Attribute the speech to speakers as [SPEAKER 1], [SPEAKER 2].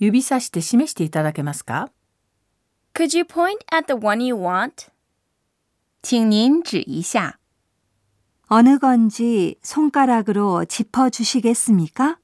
[SPEAKER 1] 指さして示していただけますか
[SPEAKER 2] Could you point at the one you want?
[SPEAKER 3] 请您指一下。
[SPEAKER 4] 어느 건지 손가락으로 짚어 주시겠습니까?